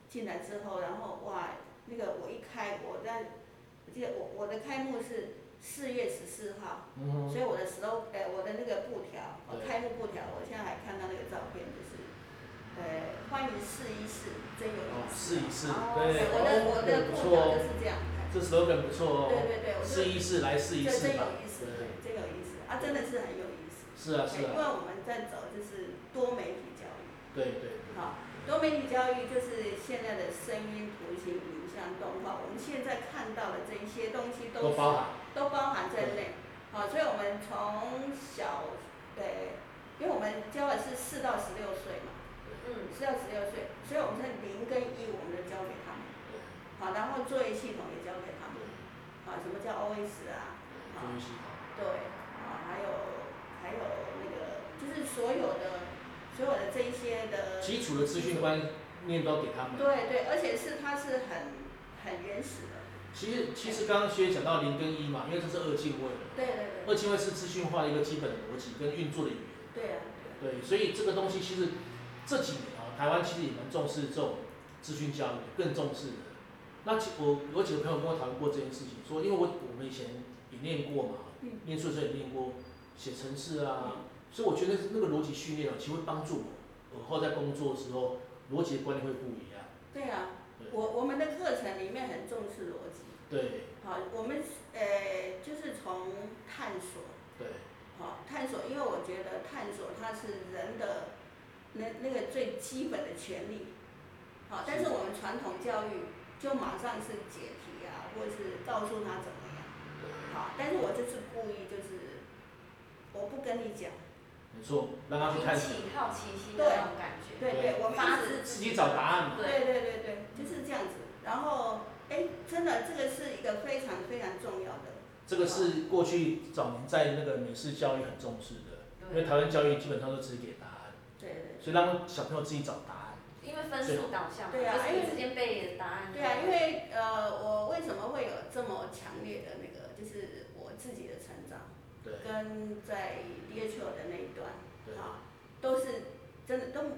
S3: 进来之后，然后哇，那个我一开，我在，我记得我我的开幕是四月十四号，
S2: 嗯哼
S3: 所以我的 slow，呃，我的那个布条，我
S2: 对
S3: 开幕布条，我现在还看到那个照片，就是，呃，欢迎试一试，真有
S2: 哦
S3: 意思。
S2: 试一试
S1: 哦
S2: 对
S1: 是
S3: 我的我的
S2: 哦不
S3: 布
S2: 错
S3: 条就
S2: 哦，
S3: 是这样拍，
S2: 这 slogan 不错
S3: 对
S2: 哦，
S3: 对对，我就
S2: 试一试来试一
S3: 对
S2: 试
S3: 真有
S2: 吧
S3: 意，思，
S2: 对
S3: 对，真有意思啊，真的是很有意思。
S2: 是啊
S3: 对
S2: 是
S3: 因为
S2: 啊，
S3: 我们在走就是多媒体教育。
S2: 对对
S3: 好，多媒体教育就是现在的声音、图形、影像、动画，我们现在看到的这一些东西都
S2: 都
S3: 啊
S2: 包含
S3: 都包含在内。好，所以我们从小对，因为我们教的是四到十六岁嘛，
S1: 嗯，
S3: 四到十六岁，所以我们是零跟一，我们都教给他们。好，然后作业系统也教给他们。啊，什么叫 OS 啊？好
S2: 注意系统
S3: 对，啊，还有还有那个，就是所有的所有的这一些的。
S2: 基础的资讯观念都要给他们。
S3: 呃对对，而且是它是很很原始的，
S2: 其实其实刚刚学姐讲到零跟一嘛，因为这是二进位嘛，
S3: 对对
S2: 二
S3: 对，
S2: 进位是资讯化的一个基本的逻辑跟运作的语言。
S3: 对啊，
S2: 对，所以这个东西其实这几年啊，台湾其实也蛮重视这种资讯教育，更重视的。那其我我几个朋友跟我讨论过这件事情，说因为我我们以前也念过嘛，
S3: 嗯
S2: 念书的时候也念过写程式啊，
S3: 嗯
S2: 所以我觉得那个逻辑训练啊，其实会帮助我以后在工作的时候逻辑的观念会不一样。
S3: 对啊，我我们的课程里面很重视逻辑，
S2: 对
S3: 好，我们呃就是从探索，
S2: 对
S3: 好哦探索，因为我觉得探索它是人的那那个最基本的权利，好，但是我们传统教育就马上是解题啊，或是告诉他怎么样，
S2: 对，
S3: 好，但是我这次故意就是我不跟你讲。
S2: 没错，让他去
S1: 引
S2: 探索，
S1: 起好奇心的那种感觉，
S3: 对对，我们
S1: 发
S3: 一直
S1: 自
S2: 自己找答案嘛。
S1: 对
S3: 对对对对，就是这样子。然后，哎，真的，这个是一个非常非常重要的。
S2: 这个是过去早年在那个美式教育很重视的，因为
S1: 对，
S2: 台湾教育基本上都只给答案。
S3: 对对
S2: 所以让小朋友自己找答案。
S1: 因为分数导向嘛，
S3: 对啊
S1: 就是你之前背的答
S3: 对。
S1: 案，
S3: 对啊，因为呃，我为什么会有这么强烈的那个，就是我自己的成长
S2: 对
S3: 跟在 DHL 的那一段
S2: 对
S3: 啊，都是真的都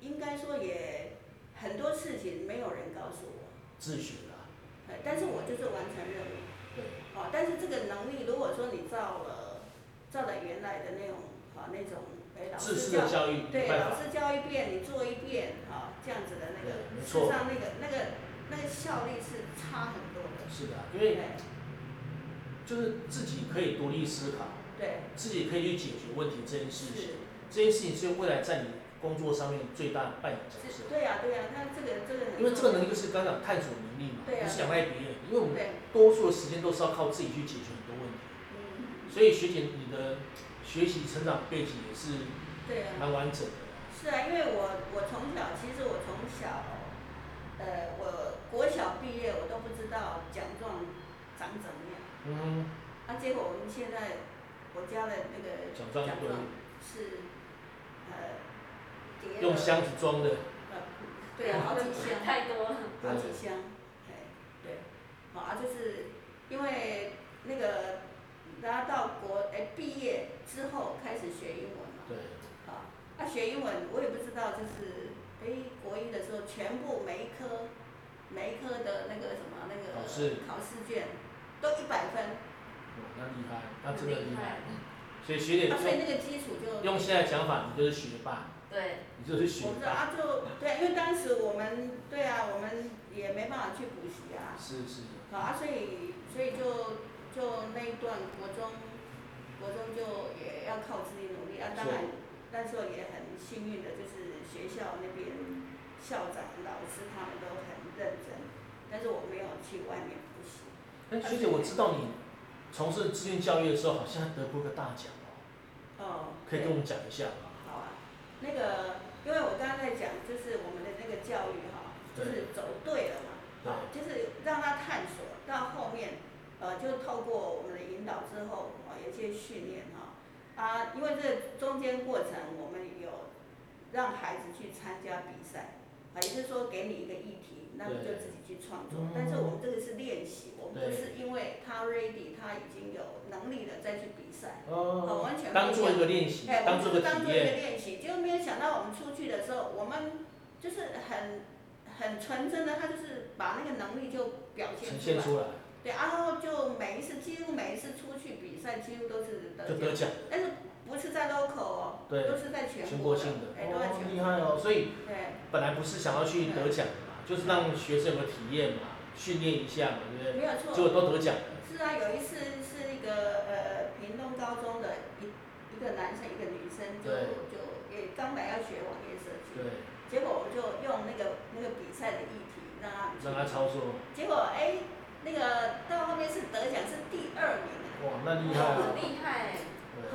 S3: 应该说也很多事情没有人告诉我，
S2: 自学啦，
S3: 呃但是我就是完成任务。
S2: 对
S3: 哦，但是这个能力，如果说你照了照了原来的那种啊那种，哎，老
S2: 自
S3: 师
S2: 私
S3: 教
S2: 的教育没
S3: 对，
S2: 办
S3: 老
S2: 法，
S3: 师教一遍，你做一遍，啊、这样子的那个，
S2: 对没
S3: 事实
S2: 错
S3: 上那个那个那个效率是差很多的。
S2: 是的，因
S3: 对
S2: 为就是自己可以独立思考，
S3: 对
S2: 自己可以去解决问题这件事
S3: 是
S2: 情，，这件事情是未来在你工作上面最大的扮演角
S3: 是
S2: 色。
S3: 对呀、对呀、那这个这个很
S2: 因
S3: 力，
S2: 为这个能力就是刚刚讲探索能力嘛，
S3: 对啊
S2: 不是仰赖别人，因为我们
S3: 对，
S2: 多数的时间都是要靠自己去解决很多问题。
S3: 嗯，
S2: 所以学姐，你的学习成长背景也是
S3: 对啊。
S2: 蛮完整的。
S3: 是啊，因为我我从小，其实我从小，呃，我国小毕业，我都不知道奖状长怎么样。
S2: 嗯，
S3: 啊，结果我们现在我家的那个
S2: 奖状不能
S3: 是，呃，叠了
S2: 用箱子装的，
S3: 呃，对啊，好几箱，
S1: 嗯 太多了，
S3: 好几箱，哎，对，好啊，就是因为那个拿到国哎毕业之后开始学英文嘛。
S2: 对，
S3: 啊，那学英文我也不知道，就是哎，国一的时候全部每一科每一科的那个什么那个
S2: 考试
S3: 考试卷都一百分，
S2: 哇，哦那厉害，那真的
S1: 很
S2: 厉
S1: 厉
S2: 害
S1: 害。
S2: 嗯所以学姐
S3: 啊，所以
S2: 用
S3: 那个基础就
S2: 用现在讲法，你就是学霸，
S1: 对，
S2: 你就是学
S3: 我们知
S2: 霸。
S3: 道啊，就对，因为当时我们对啊，我们也没办法去补习啊，
S2: 是是，
S3: 好啊，所以所以就就那一段国中国中就也要靠自己努力啊，当然那时候也很幸运的，就是学校那边校长、老师他们都很认真，但是我没有去外面补习。
S2: 哎，学姐，我知道你从事志愿教育的时候，好像还得过个大奖哦，
S3: 哦，
S2: 可以
S3: 对
S2: 跟我们讲一下吗？
S3: 好啊，那个，因为我刚刚在讲，就是我们的那个教育哈，就是走对了嘛，啊，就是让他探索到后面，呃，就透过我们的引导之后，啊，有一些训练哈，啊，因为这中间过程我们有让孩子去参加比赛，啊，也就是说给你一个议题，那你就
S2: 对
S3: 自己去创作
S2: 嗯，
S3: 但是我们这个是练习，我们不
S2: 对
S3: 是因为他 ready，他已经有能力了再去比赛，啊，
S2: 哦，
S3: 完全不一样
S2: 当做一个练习，
S3: 哎，
S2: 当
S3: 我
S2: 做
S3: 们
S2: 个
S3: 就
S2: 体
S3: 当做一个
S2: 验，
S3: 练习，结果没有想到我们出去的时候，我们就是很很纯真的，他就是把那个能力就表现
S2: 呈
S3: 出
S2: 现
S3: 来。
S2: 出来
S3: 对，然后就每一次几乎每一次出去比赛，几乎都是得
S2: 就
S3: 奖，
S2: 得奖，
S3: 但是不是在 local 哦，
S2: 对
S3: 都是在全
S2: 全国
S3: 国的
S2: 性的，
S3: 哎，都
S2: 哦，
S3: 在全
S2: 厉
S3: 国。哎
S2: 害哦。所以
S3: 对，
S2: 本来不是想要去得奖的嘛，就是让学生有个体验嘛，训练一下嘛，对不对？
S3: 没有
S2: 结果
S3: 错。
S2: 都得奖了，
S3: 是啊，有一次是一个呃屏东高中的一一个男生一个女生就
S2: 对
S3: 就也刚来要学网页设计。
S2: 对，
S3: 结果我就用那个那个比赛的议题让他们去
S2: 让他操作，
S3: 结果哎，那个到后面是得奖是第二名，啊
S2: 哇，那厉害啊
S1: 好
S2: 了，
S1: 厉害，
S2: 对，
S3: 哈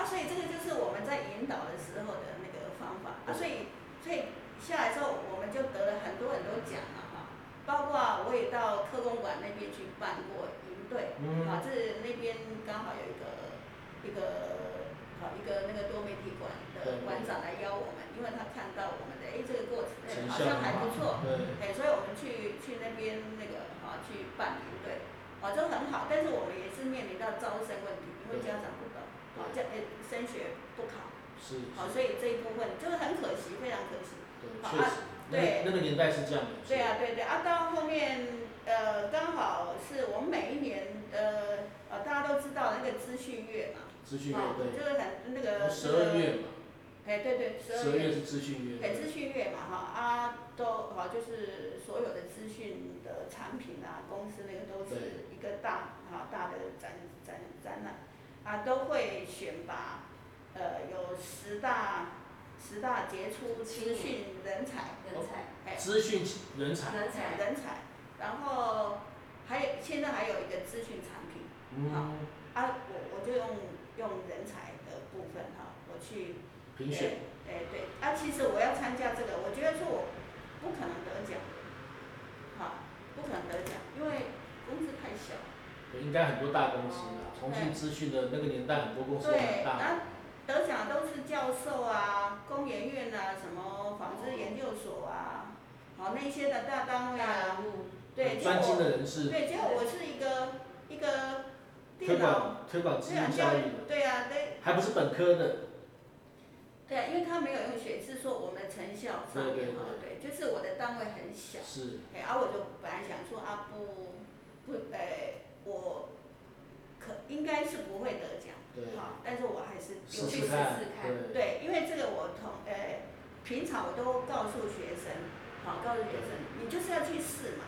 S3: 啊，所以这个就是我们在引导的时候的那个方法啊，所以所以下来之后我们就得了很多很多奖了哈，包括我也到科工馆那边去办过营队，
S2: 嗯，
S3: 啊，这那边刚好有一个一个好一个那个多媒体馆的馆长来邀我们，因为他看到我们的哎这个过程哎
S2: 成
S3: 好
S2: 效
S3: 像
S2: 很
S3: 还
S2: 好
S3: 不
S2: 啊
S3: 错。
S2: 对，
S3: 哎，所以我们去去那边那个啊去办理对，啊都很好，但是我们也是面临到招生问题，因为家长不懂，啊家呃升学不考，
S2: 是，
S3: 好、
S2: 是
S3: 所以这一部分就是很可惜，非常可惜。
S2: 对，
S3: 好
S2: 确实
S3: 啊，
S2: 那个
S3: 对
S2: 那个年代是这样的，
S3: 对啊，对对啊，到后面呃刚好是我们每一年呃呃大家都知道那个资讯月嘛，
S2: 资讯
S3: 啊
S2: 月
S3: 就是很那
S2: 对，
S3: 个
S2: 十二，月嘛，
S3: 哎对对，十
S2: 十
S3: 二
S2: 二月
S3: 月
S2: 是资讯
S3: 哎，
S2: 月，
S3: 资讯月嘛哈啊，都好就是所有的资讯的产品啊，公司那个都是一个大啊大的展展展览啊，都会选拔呃有十大十大杰出资讯人才
S1: 人才，
S3: 哎
S2: 资讯哦人才，
S1: 人才，
S3: 人才，然后还有现在还有一个资讯产品
S2: 嗯，
S3: 啊，我我就用用人才的部分哈、我去
S2: 评选，
S3: 哎，对，啊，其实我要参加这个，我觉得说我不可能得奖，好，不可能得奖，因为公司太小。
S2: 对应该很多大公司啊，重庆资讯的那个年代很多公司都很
S3: 哦对，啊
S2: 大，
S3: 那得奖都是教授啊、工研院啊、什么纺织研究所啊，好那些的大单位
S1: 大
S3: 啊，
S1: 人物，
S3: 对，
S2: 很
S3: 结
S2: 专精
S3: 果
S2: 的人士
S3: 对，结果我是一个一个
S2: 推
S3: 电脑
S2: 广推广资
S3: 这
S2: 讯
S3: 样
S2: 教
S3: 教
S2: 育
S3: 育
S2: 的。，
S3: 对啊，对
S2: 还不是本科的，
S3: 对啊，因为他没有用学，是说我们的成效
S2: 对
S3: 上
S2: 对
S3: 面哈，对，就是我的单位很小。
S2: 是
S3: 哎，啊，我就本来想说啊，不不，哎，我可应该是不会得奖，
S2: 对，
S3: 好，但是我还是
S2: 试
S3: 有去
S2: 试看
S1: 试试，看
S2: 对，
S3: 对，因为这个我同呃，平常我都告诉学生，好，告诉学生，你就是要去试嘛，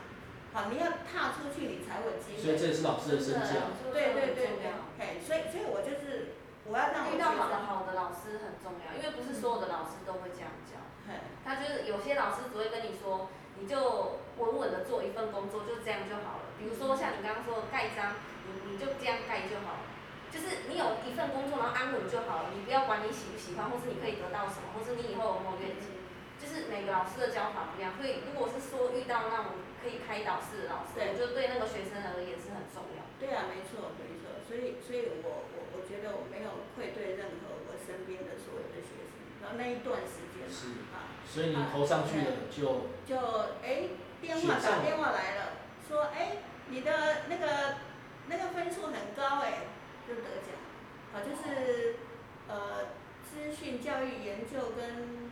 S3: 好，你要踏出去，你才有机
S2: 所以
S3: 会。
S2: 这也是老师的身
S1: 真
S2: 教
S1: 的，
S3: 对对
S1: 很
S3: 对
S1: 重要，
S3: 对哎，所以所以我就是我要让我
S1: 遇
S3: 学
S1: 到好的
S3: 生，
S1: 好的老师很重要，因为不是所有的老师都会这样教。
S3: 哎，
S1: 他就是有些老师只会跟你说，你你就稳稳的做一份工作，就这样就好了。比如说像你刚刚说的盖章，你你就这样盖就好了。就是你有一份工作，然后安稳就好了，你不要管你喜不喜欢，或是你可以得到什么，或是你以后有没有愿景，就是每个老师的教法不一样。所以如果是说遇到那种可以开导式的老师，
S3: 对
S1: 我就对那个学生而言是很重要。
S3: 对啊，没错没错，所以所以我我我觉得我没有愧对任何我身边的所有的学生，然后那一段时间
S2: 是
S3: 啊，
S2: 所以你投上去了就
S3: 就哎电
S2: 选
S3: 话
S2: 上
S3: 打
S2: 了
S3: 电话来了，说哎你的那个那个分数很高哎，就得奖，好就是呃资讯教育研究跟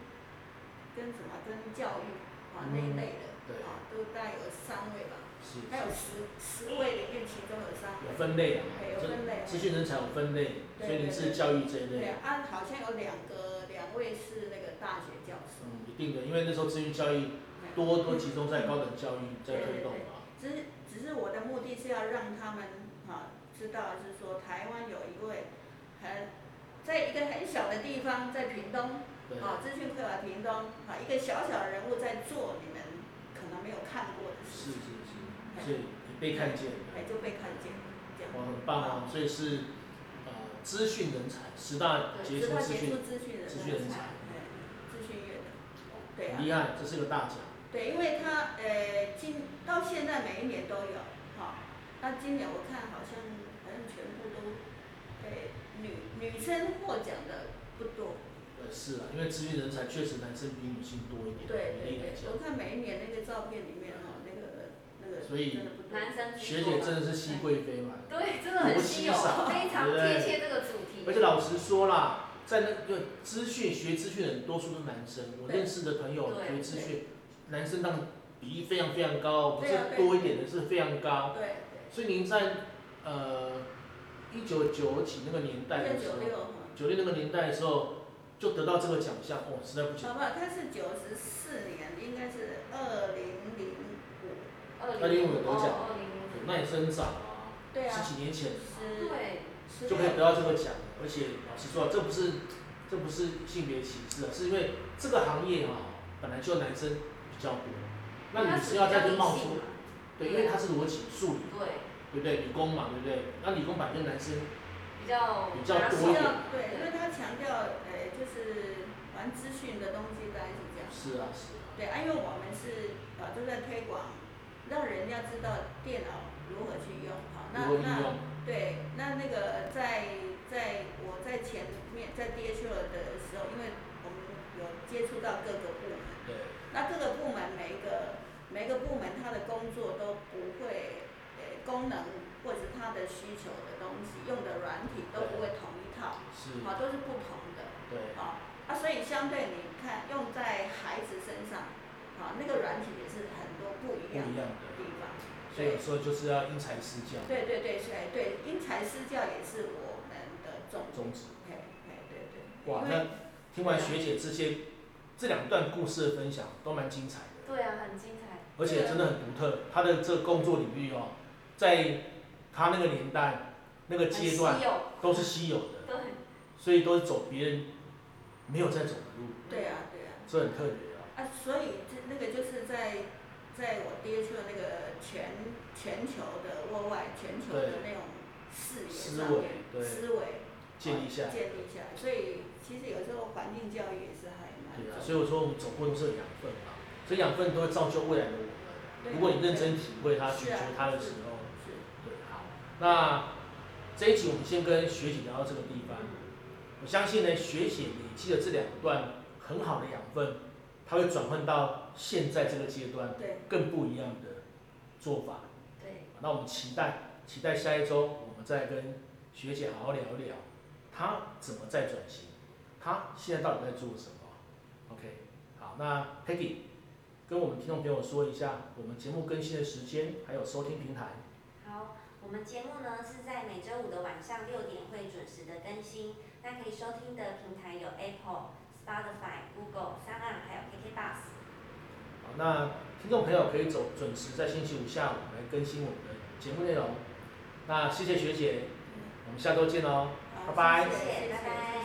S3: 跟什么跟教育啊那一类的，
S2: 嗯对
S3: 啊都大概有三位吧，
S2: 是
S3: 还有
S2: 是
S3: 十十位里面其中有三位
S2: 有。分类啊，
S3: 对有分类
S2: 资讯人才有分类，
S3: 对
S2: 所以你是教育这一
S3: 对
S2: 类，
S3: 啊，好像有两个两位是那个大学教授，
S2: 嗯，一定的，因为那时候资讯教育多多集中在高等教育在推动嘛，
S3: 只是只是我的目的是要让他们啊知道，是说台湾有一位很在一个很小的地方，在屏东
S2: 对，
S3: 啊，资讯匮乏屏东啊，一个小小的人物在做你们可能没有看过的
S2: 是是
S3: 事情，
S2: 是，所以你被看见了，
S3: 哎，就被看见了这样。
S2: 哇，很棒哦，所以是呃资讯人才十大
S3: 对，
S2: 杰
S3: 直
S2: 出
S3: 到
S2: 资
S3: 结
S2: 讯
S3: 束，资讯人
S2: 资讯哦人才
S3: 哎资讯院的，对啊
S2: 很。厉害，这是个大奖，
S3: 对，因为他呃，今到现在每一年都有，哈、那今年我看好像好像全部都，呃，女女生获奖的不多，
S2: 呃是啊，因为资讯人才确实男生比女性多一点，比
S3: 对对
S2: 例来
S3: 对，
S2: 讲，
S3: 我看每一年那个照片里面哈、那个那个
S2: 所以
S3: 真的不多，
S1: 男生居
S2: 学
S1: 多
S2: 姐
S1: 吧
S2: 真的是熹贵妃嘛，
S1: 对，真的很稀有，
S2: 国际上
S1: 非常
S2: 对
S1: 贴切这个主题。
S2: 而且老实说啦，在那个资讯学资讯的人多数都是男生，我
S3: 对
S2: 认识的朋友
S1: 对
S2: 学资讯，男生当然比例非常非常高，不
S3: 对啊
S2: 是
S3: 对
S2: 多一点的是非常高。
S3: 对
S2: 所以您在呃一九九几那个年代
S3: 对，
S2: 的
S3: 一
S2: 时
S3: 九
S2: 候，
S3: 六哈，
S2: 九六那个年代的时候就得到这个奖项，哦，实在不简
S3: 好
S2: 单。
S3: 不好？他是九十四年，应该是二零零五，
S1: 二
S2: 2005
S1: 零
S2: 得奖
S1: 二零
S2: 对
S1: 五，
S2: 那也是很早啊，
S3: 对啊，
S2: 十几年前
S3: 十
S1: 对，
S3: 十
S2: 就可以
S3: 六
S2: 得到这个奖，而且老实说啊，这不是这不是性别歧视啊，是因为这个行业啊本来就男生比较多，那女生要再去冒出，对，
S3: 啊
S2: 因为它是逻辑数理，
S1: 对，
S2: 对不对？理工嘛，对不对？那理工版就男生
S1: 比较
S2: 比较
S1: 拿手
S2: 多一点
S3: 对，因为他强调，呃，就是玩资讯的东西，大概是这样。
S2: 是啊是啊，
S3: 对，啊，因为我们是啊都在推广，让人家知道电脑如何去用。好，那
S2: 如何应
S3: 那
S2: 用？
S3: 对，那那个在在我在前面在 DHL 的时候，因为我们有接触到各个部门，
S2: 对，
S3: 那各个部门每一个每一个部门它的工作都不会，呃，功能或者是它的需求的东西用的软体都不会同一套。
S2: 是，
S3: 好，都是不同的，
S2: 对，
S3: 好啊，所以相对你看用在孩子身上，好那个软体也是很多不
S2: 不
S3: 一
S2: 一
S3: 样
S2: 样
S3: 的
S2: 的。
S3: 地方，
S2: 所以有时候就是要因材施教，
S3: 对对对，所以对因材施教也是我们的重点，
S2: 宗旨。
S3: 嘿嘿对对，
S2: 哇，
S3: 因
S2: 那
S3: 为
S2: 听完学姐这些这两段故事的分享都蛮精彩的。
S1: 对啊，很精彩，
S2: 而且真的很独特。他的这个工作领域哦，在他那个年代、那个
S1: 很
S2: 阶
S1: 稀
S2: 段
S1: 有，
S2: 都是稀有的，
S1: 对，啊
S2: 所以都是走别人没有在走的路，
S3: 对啊对啊，
S2: 这很特别啊。
S3: 啊，所以这那个就是在在我爹说那个全全球的国外全球
S2: 对
S3: 的那种视野
S2: 思
S3: 上
S2: 维
S3: 面
S2: 对
S3: 思维
S2: 建立下来，
S3: 啊建立下来，所以其实有时候环境教育也是还蛮重
S2: 对
S3: 要
S2: 啊，
S3: 的。
S2: 所以我说我们走过都是有养分嘛，所以养分都会造就未来的我们。
S3: 对
S2: 如果你认真体会它、
S3: 是
S2: 寻
S3: 啊
S2: 求它的时候，
S3: 是啊
S2: 对，好。那这一集我们先跟学姐聊到这个
S1: 嗯
S2: 地方。我相信呢，学姐累积的这两段很好的养分，它会转换到现在这个阶段
S3: 对，
S2: 更不一样的做法。
S1: 对，
S2: 那我们期待，期待下一周我们再跟学姐好好聊一聊，她怎么在转型，她现在到底在做什么？OK，好，那 Peggy 跟我们听众朋友说一下，我们节目更新的时间还有收听平台。
S1: 好。我们节目呢是在每周五的晚上六点会准时的更新，那可以收听的平台有 Apple、Spotify、Google、三岸还有 KKBox。
S2: 好，那听众朋友可以走准时在星期五下午来更新我们的节目内容。那谢谢学姐，我们下周见哦。
S3: 好
S2: 拜拜
S3: 啊谢谢，
S1: 谢谢拜拜